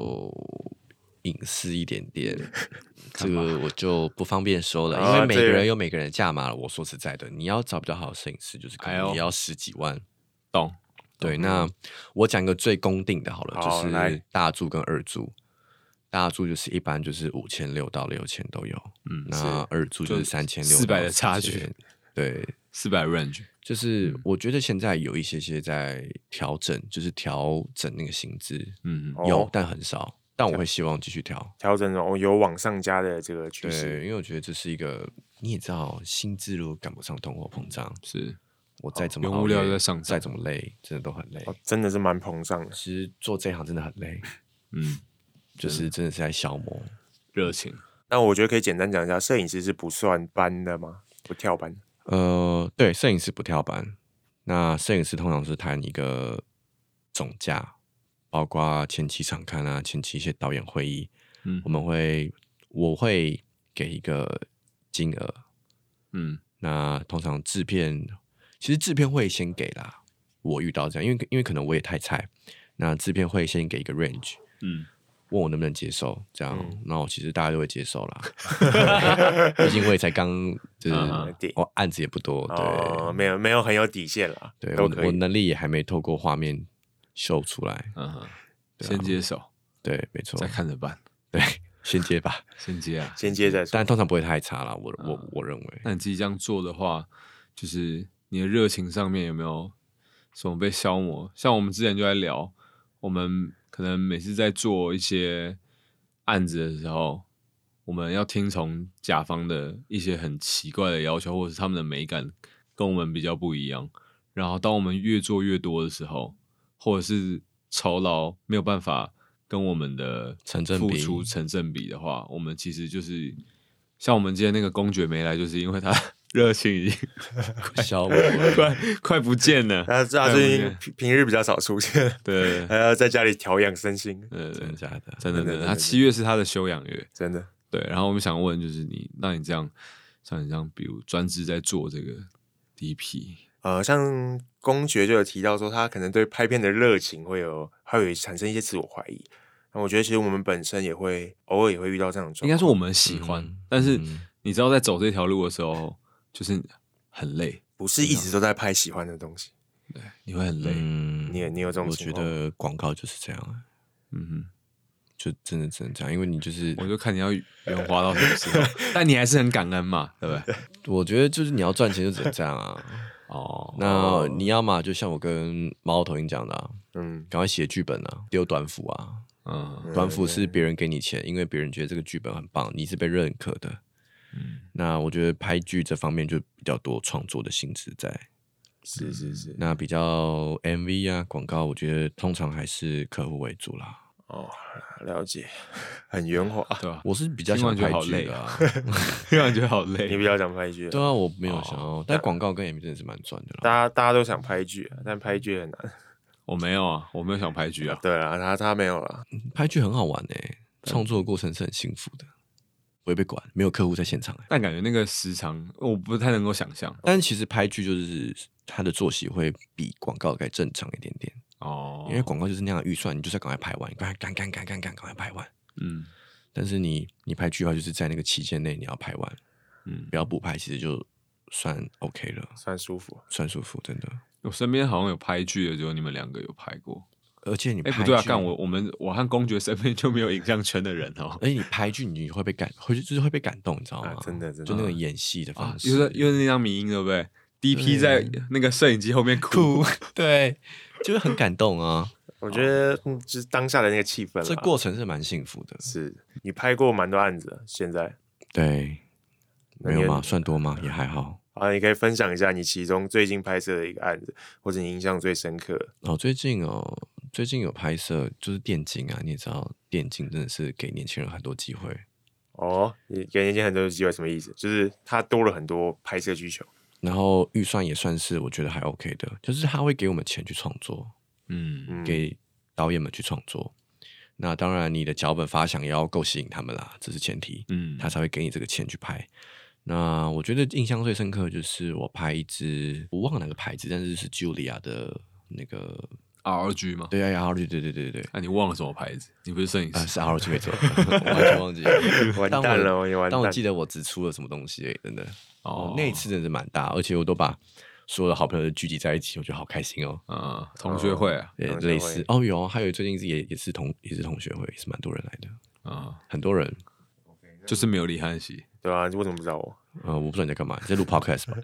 B: 隐私一点 点，这个我就不方便说了，因
A: 啊
B: 为每
A: 这
B: 个
A: 个
B: 人有每个人的价码了。我说实在的，你要找比较好的摄影师，就是可
C: 哎呦
B: 能也要十几万。
C: 懂，
B: 对，那我讲一个最公定的好了，
A: 好
B: 就
A: 来
B: 是大柱跟二柱。大柱就是一般就是五千六到六千都有，
C: 嗯，
B: 那二柱就是三千六
C: 400的差距。
B: 对，
C: 四百 range，
B: 就是我觉得现在有一些些在调整，就是调整那个薪资，
C: 嗯，
A: 哦
B: 有，但很少。但我会希望继续调，
A: 调整哦，有往上加的这个趋
B: 对，
A: 势。
B: 因为我觉得这是一个，你也知道，薪资如果赶不上通货膨胀，
C: 嗯是
B: 我再怎么
C: 原
B: 熬
C: 物料
B: 夜
C: 在上涨
B: 再怎么累，真的都很累。
A: 哦，真的是蛮膨胀的。
B: 其实做这行真的很累，
C: 嗯
B: 就是真的是在消磨。
C: 热情，
A: 那我觉得可以简单讲一下，摄影师是不算班的吗？不跳班？
B: 呃，对，摄影师不跳班，那摄影师通常是谈一个总价，包括前期场刊啊，前期一些导演会议，
C: 嗯
B: 我们会我会给一个金额，
C: 嗯
B: 那通常制片，其实制片会先给啦。我遇到这样，因为因为可能我也太菜，那制片会先给一个 range，
C: 嗯，
B: 问我能不能接受，这样，
A: 嗯
B: 那我其实大家都会接受啦。 毕竟我也才刚就是
C: 嗯
A: 对
B: 我案子也不多，对、
A: 哦，没有没有很有底线啦，
B: 对，
A: 都
B: 我
A: 可
B: 我
A: 以。
B: 能力也还没透过画面秀出来，
C: 嗯哼，先接手，
B: 对，啊没错
C: 再，看着办，
B: 对，先接吧，
C: 先接啊。
A: 先接着说，
B: 但通常不会太差啦，我我我认为，
C: 那你自己这样做的话，就是你的热情上面有没有什么被消磨？像我们之前就在聊，我们可能每次在做一些案子的时候，我们要听从甲方的一些很奇怪的要求，或者是他们的美感跟我们比较不一样。然后当我们越做越多的时候，或者是酬劳没有办法跟我们的
B: 成正
C: 付
B: 比
C: 出成正比的话，我们其实就是像我们今天那个公爵没来，就是因为他 热情已经
B: 消我
C: 快快不见了。
A: 那他
C: 对
A: 啊最
C: 我
A: 近
C: 觉
A: 平平日比较少出现，
C: 对
A: 还要在家里调养身心，
C: 对
B: 真
C: 对
B: 的，假的？
A: 真
C: 真
A: 的
C: 的
A: 真
C: 真
A: 的
C: 的，他七月是他的休养月。
A: 真的。
C: 对，然后我们想问，就是你，那你这样，像你这样，比如专职在做这个 DP，
A: 呃，像公爵就有提到说，他可能对拍片的热情会有，还有产生一些自我怀疑。那我觉得其实我们本身也会偶尔也会遇到这样的
C: 应
A: 状
C: 该
A: 况，
C: 说我们喜欢，
B: 嗯
C: 但是
B: 嗯
C: 你知道在走这条路的时候，就是很累，
A: 不是一直都在拍喜欢的东西。
C: 你会很累。嗯
B: 嗯，
A: 你也你有这种
B: 我
A: 情
B: 觉
A: 况
B: 得广告就是这样啊，
C: 嗯哼，
B: 就真的只能这样，因为你就是
C: 我就看你要圆滑到什么时候， 但你还是很感恩嘛，对不对？
B: 我觉得就是你要赚钱就只能这 样啊。
C: 哦，
B: 那你要嘛，就像我跟猫头鹰讲的、啊，
A: 嗯，
B: 赶快写剧本啊，丢短幅啊。
C: 嗯
B: 短幅是别人给你钱，因为别人觉得这个剧本很棒，你是被认可的。
C: 嗯
B: 那我觉得拍剧这方面就比较多创作的性质在。
A: 是是是，
C: 嗯
B: 那比较 MV 啊广告，我觉得通常还是客户为主啦。
A: 哦，了解， 很圆滑。
C: 对吧？
B: 我是比较
C: 听
B: 想
C: 完觉
B: 拍
C: 得好
B: 剧
C: 累
B: 的、啊，
C: 突然觉得好
A: 你
C: 累。
A: 比较想拍剧啊，
B: 对啊，我没
C: 哦
B: 有想要，但广告跟 MV 真的是蛮赚的
A: 大
B: 啦。
A: 家大家都想拍剧啊，但拍剧很难。
C: 我没有啊，我没有想拍剧啊。
A: 对啊，他他没有了，
B: 拍剧很好玩诶、创作的过程是很幸福的，不会被管，没有客户在现场、欸。
C: 但感觉那个时长，我不太能够想象
B: 但其实拍剧就是它的作息会比广告该正常一点点，
C: 哦，
B: 因为广告就是那样的预算，你就是要赶快拍完，赶快赶赶赶赶赶赶快拍完。
C: 嗯
B: 但是你你拍剧的话，就是在那个期间内你要拍完，
C: 嗯
B: 不，要补拍，其实就算 OK 了，
A: 算舒服。
B: 算舒服，真的。
C: 我身边好像有拍剧的，只有你们两个有拍过。
B: 而且你
C: 哎，
B: 拍
C: 不对啊，
B: 剧
C: 干我我们我和公爵身边就没有影像圈的人哦。
B: 而哎且你拍剧，你会被感，会就是会被感动，你知道吗？
A: 啊真的真的
B: 哦就那个演戏的
C: 啊
B: 方，式，
C: 又是又是那张迷音，对不对？第一批在
B: 对
C: 那个摄影机后面哭，
B: 对，就是很感动 啊。
A: 我觉得嗯就是当下的那个气氛啦，
B: 这过程是蛮幸福的，
A: 是你拍过蛮多案子的，现在
B: 对，
A: 那
B: 没有
A: 你
B: 吗？算多吗？也还好。
A: 啊，你可以分享一下你其中最近拍摄的一个案子，或者你印象最深刻的。
B: 哦，最近哦，最近有拍摄，就是电竞啊，你也知道，电竞真的是给年轻人很多机会。
A: 哦，你给年轻很多机会什么意思？就是他多了很多拍摄需求。
B: 然后预算也算是我觉得还 OK 的，就是他会给我们钱去创作，
C: 嗯，
A: 嗯，
B: 给导演们去创作。那当然，你的脚本发想也要够吸引他们啦，这是前提，
C: 嗯
B: 他才会给你这个钱去拍。那我觉得印象最深刻就是我拍一支，我忘了哪个牌子，但是是 Julia 的那个，
C: RG 吗？
B: 对啊，对对对对对对，
C: 那你忘了什么牌子？你不是摄影
B: 啊
C: 师？
B: 是 RG 没错， 我完全忘记了
A: 完
B: 但我
A: 蛋了我也完
B: 但我
A: 蛋
B: 记得我只出了什么东西而已，真的。
C: 哦
B: 哦，，那一次真的是蛮大，而且我都把所有的好朋友都聚集在一起，我觉得好开心哦。
C: 嗯，同学会啊，
B: 对，
A: 同学会
B: 类似哦，有哦还有最近是也也是同也是同学会，也是蛮多人来的，
C: 嗯，
B: 很多人。
C: 就是没有李汉熙，
A: 对啊，你为什么不找我？
B: 呃，我不知道你在干嘛，你在录 podcast 吧？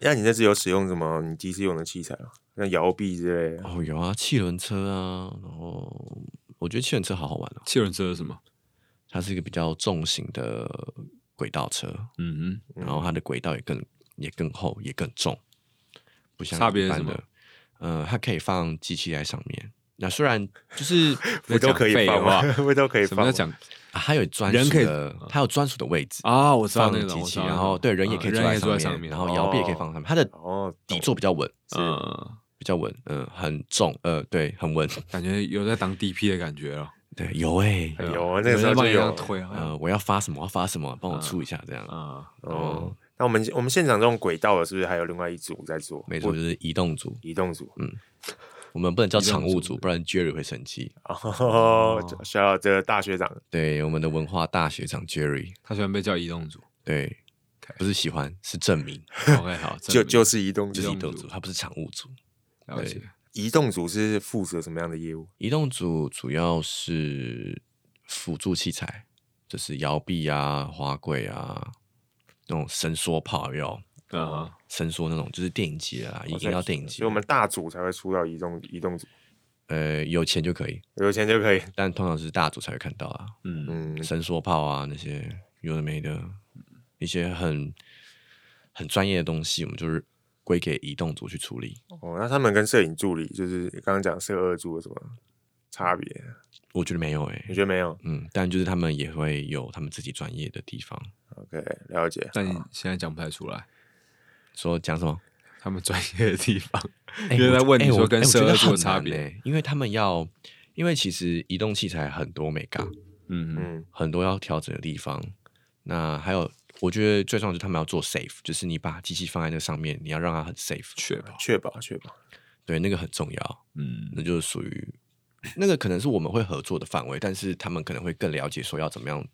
A: 那你这次有使用什么你第一次用的器材吗？像摇臂之类的。
B: 哦，有啊，汽轮车啊，然后我觉得汽轮车好好玩哦，
C: 汽轮车是什么？
B: 它是一个比较重型的轨道车，
C: 嗯
B: 然后它的轨道也更也更厚，也更重，不像
C: 差别
B: 一
C: 是
B: 般
C: 什么
B: 的。呃，它可以放机器在上面。那虽然就是
A: 不都可以放吗？ 不都可以
C: 哼，什么
A: 放
C: 叫
A: 吗？
C: 讲
B: 啊，它有专
C: 人
B: 属
C: 可以
B: 的，它有专属的位置
C: 啊？我知道
B: 放
C: 那个
B: 机
C: 我知
B: 器，
C: 道那
B: 然
C: 个
B: 后对人也可以
C: 嗯
B: 坐
C: 人也
B: 上
C: 坐
B: 面，
C: 在上面，
B: 然后摇臂也可以放上面，它的
A: 哦，
B: 底
A: 懂
B: 座比较稳，
C: 嗯，
B: 比较稳，嗯，很重，呃，对，很稳，
C: 感觉有在当 DP 的感觉了，
B: 对，有哎、
A: 哎
C: 对吧
A: 有啊那个时候
C: 人在帮
A: 就
C: 你
A: 有
C: 这样推啊，
B: 呃，我要发什么，我要发什么，帮我出一下这样。
C: 嗯，
A: 哦。那我们我们现场这种轨道的，是不是还有另外一组在做？
B: 没错，就是移动组，
A: 移动组。
B: 我们不能叫
C: 移动
B: 常务
C: 组
B: 组，不然 Jerry 会生气。
A: 哦，需要这个大学长
B: 对，我们的文化大学长 Jerry，
C: 他喜欢被叫移动组。
B: 对
C: OK
B: 不是喜欢，是证明，
C: OK，好，
A: 就
C: 证明
A: 就是移动
B: 就是
A: 组
B: 移
C: 移。
B: 动
C: 动
B: 组，
C: 组
B: 他不是常务组。
C: 了解，
A: 移动组是负责什么样的业务？
B: 移动组主要是辅助器材，就是摇臂啊、滑轨啊，那种伸缩炮有
C: 嗯，
B: 伸缩那种，就是电影啊级的啦，已经到电影级
A: 哦所以我
B: 了。
A: 们大组才会出到移动移动组，
B: 呃，有钱就可以，
A: 有钱就可以。
B: 但通常是大组才会看到啊，
C: 嗯，
A: 嗯，
B: 伸缩炮啊那些有的没的，一些很很专业的东西，我们就是归给移动组去处理。
A: 哦，那他们跟摄影助理，就是刚刚讲摄二助有什么差别？
B: 嗯我觉得没有诶、
A: 你觉得没有
B: 嗯，但就是他们也会有他们自己专业的地方。
A: ？OK，了解。
C: 但你现在讲不太出来
B: 说讲什么？
C: 他们专业的地方，
B: 欸
C: 因为
B: 我
C: 在
B: 觉
C: 问你
B: 欸
C: 说
B: 我
C: 跟
B: 欸我觉
C: 射
B: 得
C: 二
B: 很
C: 有差
B: 难
C: 别
B: 欸因为他们要，因为其实移动器材很多美感，
C: 嗯
A: 嗯，
B: 很多要调整的地方。那还有，我觉得最重要就是他们要做 safe，就是你把机器放在那上面，你要让它很 safe，
C: 确保，
A: 确保确保。
B: 对，那个很重要，
C: 嗯
B: 那就是属于那个可能是我们会合作的范围，但是他们可能会更了解说要怎么样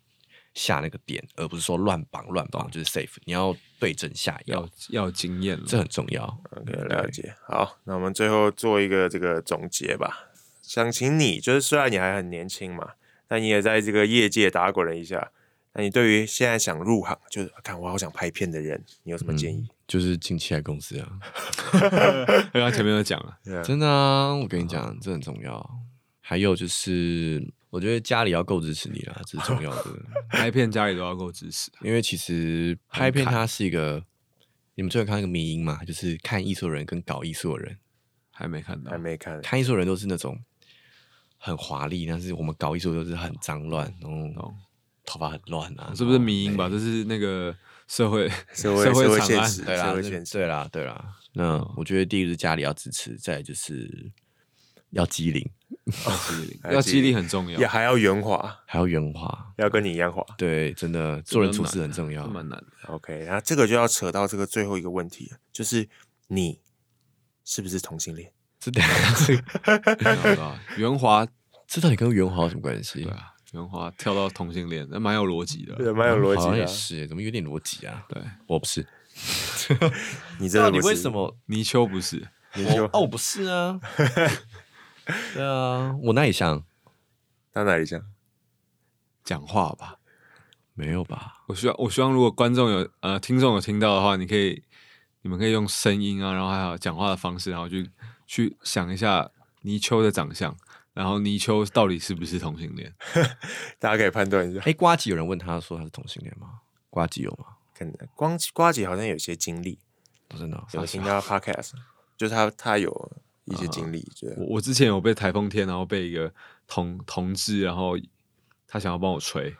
B: 下那个点，而不是说乱绑乱绑，就是 safe。你要对症下药
C: 要，要经验了。
B: 这很重要。
A: OK，了解。好，那我们最后做一个这个总结吧。想请你，就是虽然你还很年轻嘛，但你也在这个业界打滚了一下。那你对于现在想入行，就是看我好想拍片的人，你有什么建议？
B: 就是进器材公司啊，
C: 因为他前面有讲了，
A: 对啊
B: 真的啊，我跟你讲，这很重要。还有就是，我觉得家里要够支持你啦，这是重要 的。
C: 拍片家里都要够支持。
B: 因为其实拍片它是一个，你们最有看到一个迷因嘛，就是看艺术的人跟搞艺术的人，
C: 还没看到
A: 还，没看，
B: 看艺术的人都是那种很华丽，但是我们搞艺术都是很脏乱，然后
C: 哦
B: 头发很乱啊，
C: 是不是
B: 然后
C: 迷因吧？这是那个 社会
A: 哦社会
C: 会
A: 社会
C: 惨
A: 现
C: 案啊
A: 实
B: 对啦，
A: 社会
B: 这
A: 现实
B: 对
C: 哦
B: 啦，对啦。那我觉得第一个是家里要支持，再来就是要机灵，
C: 要记忆力
A: 哦 还，有
C: 要
A: 记忆
C: 记忆力
A: 力
C: 很重要，
A: 也还要圆滑，
B: 还要圆滑。
A: 要跟你一样滑。
B: 对，真的做人处事很重要
C: 这。蛮难的。
A: OK，然后这个就要扯到这个最后一个问题了，就是你是不是同性恋？
B: 这等下这
C: 对吧圆滑，
B: 这到底跟圆滑有什么关系？
C: 对啊，圆滑跳到同性恋，那蛮有逻辑的。
A: 对，蛮有逻
B: 好
A: 辑
B: 像
A: 的
B: 也
A: 啊。
B: 是，怎么有点逻辑啊？
C: 对，
B: 我不是，
A: 你真的
B: 到底
A: 不是
B: 为什？么？
C: 泥鳅不是，
A: 你
B: 我
A: 就
B: 哦，我不是 啊。对啊，我那里像
A: 到哪里讲？
C: 讲话吧。
B: 没有吧？
C: 我希望，我希望如果观众有呃听众有听到的话，你可以，你们可以用声音啊，然后还有讲话的方式，然后去去想一下泥鳅的长相，然后泥鳅到底是不是同性恋？
A: 大家可以判断一下。
B: 哎，瓜吉有人问他说他是同性恋吗？瓜吉有吗？
A: 可能光瓜姐好像有些经历，
B: 我真的哦，
A: 有
B: 傻
A: 听到
B: 笑
A: podcast，就是他他有一
B: 嗯
A: 些经历，觉得
C: 我我之前有被台风天，然后被一个同同志，然后他想要帮我吹，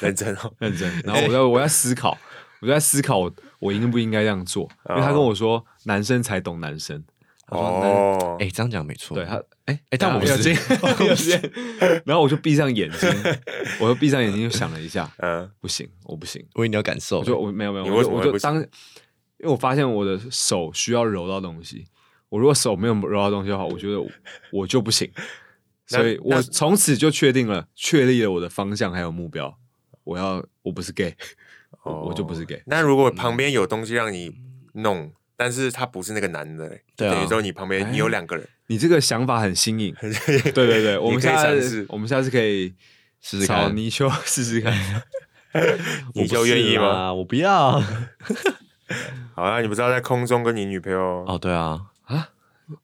A: 认真 哦。
C: 认真，然后我在我在思考，我在思考我我应不应该这样做，因为他跟我说男生才懂男生，他说男
A: 哦，
B: 哎，这样讲没错。
C: 对他，哎
B: 哦哎但我不
C: 有
B: 是
C: 经，有经，然后我就闭上眼睛，我就闭上眼睛就想了一下，
A: 嗯，
C: 不行，我不行，
B: 我一定要感受
C: 我。就我没有没有，
A: 你
C: 我
A: 为
C: 就
A: 什么
C: 我
A: 会
C: 就
A: 不行
C: 当，因为我发现我的手需要揉到东西，我如果手没有揉到东西的话，我觉得我我就 不行，
A: 那
C: 所以
A: 那
C: 我从此就确定了，确立了我的方向还有目标，我要我不是 gay，我 我就不
A: 哦
C: 是 gay，
A: 那如
B: 嗯
A: 果旁边有东西让你弄，但是他不是那个男的欸，
B: 对啊
A: 等于说你旁边你有两个人，
C: 你这个想法很新颖，对对 对，我们
A: 可以
C: 下
A: 尝
C: 次
A: 试
C: 我们下次可以
B: 试试
C: 找
B: 看
C: 泥鳅试试看。
B: 我
A: 你
B: 不
A: 就是愿意吗？
B: 啦？我不 要。
A: 好，啊那你不知道在空中跟你女朋友
B: 哦，对啊，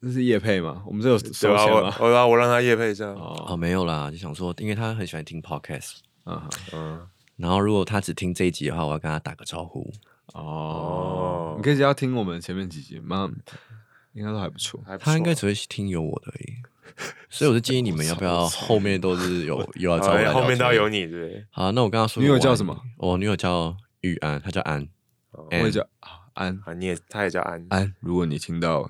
C: 这是叶配吗？我们这有
A: 对
C: 收
A: 吧？
C: 钱
A: 我
C: 吗？
A: 我让我让他夜配一下，
B: 哦，
C: 哦，
B: 没有啦，就想说，因为他很喜欢听 podcast，
C: 嗯，
A: 嗯，
B: 然后如果他只听这一集的话，我要跟他打个招呼。
A: 哦
C: 哦，你可以只要听我们前面几集，蛮应该都还不错。
A: 还不
B: 他应该
A: 错
B: 只会听有我的而已，所以我就建议你 们要不要后面都是有又要找
A: 好
B: 我
A: 欸
B: 来聊
A: 后面都要
B: 天
A: 有。你，对不对？
B: 好，那我刚刚说
C: 女友
B: 我
C: 叫
B: 爱
C: 什
B: 你
C: 么？
B: 我女友叫玉安，她叫安。
C: 我
B: Ann
C: 也叫啊安
A: 啊，你也他也叫安，
C: 安，如果你听到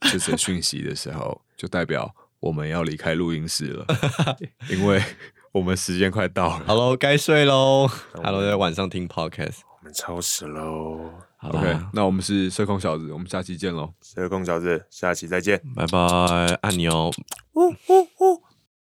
C: 这则讯息的时候，就代表我们要离开录音室了，因为我们时间快 到了。
B: 好喽，该睡喽。
A: 我
B: Hello，在晚上听 podcast。
A: 我们超时喽，
B: 好
C: OK，
B: 啦，
C: 那我们是社恐小子，我们下期见喽。
A: 社工小子，下期再见。
B: 拜拜，按钮。
A: 呜呜呜。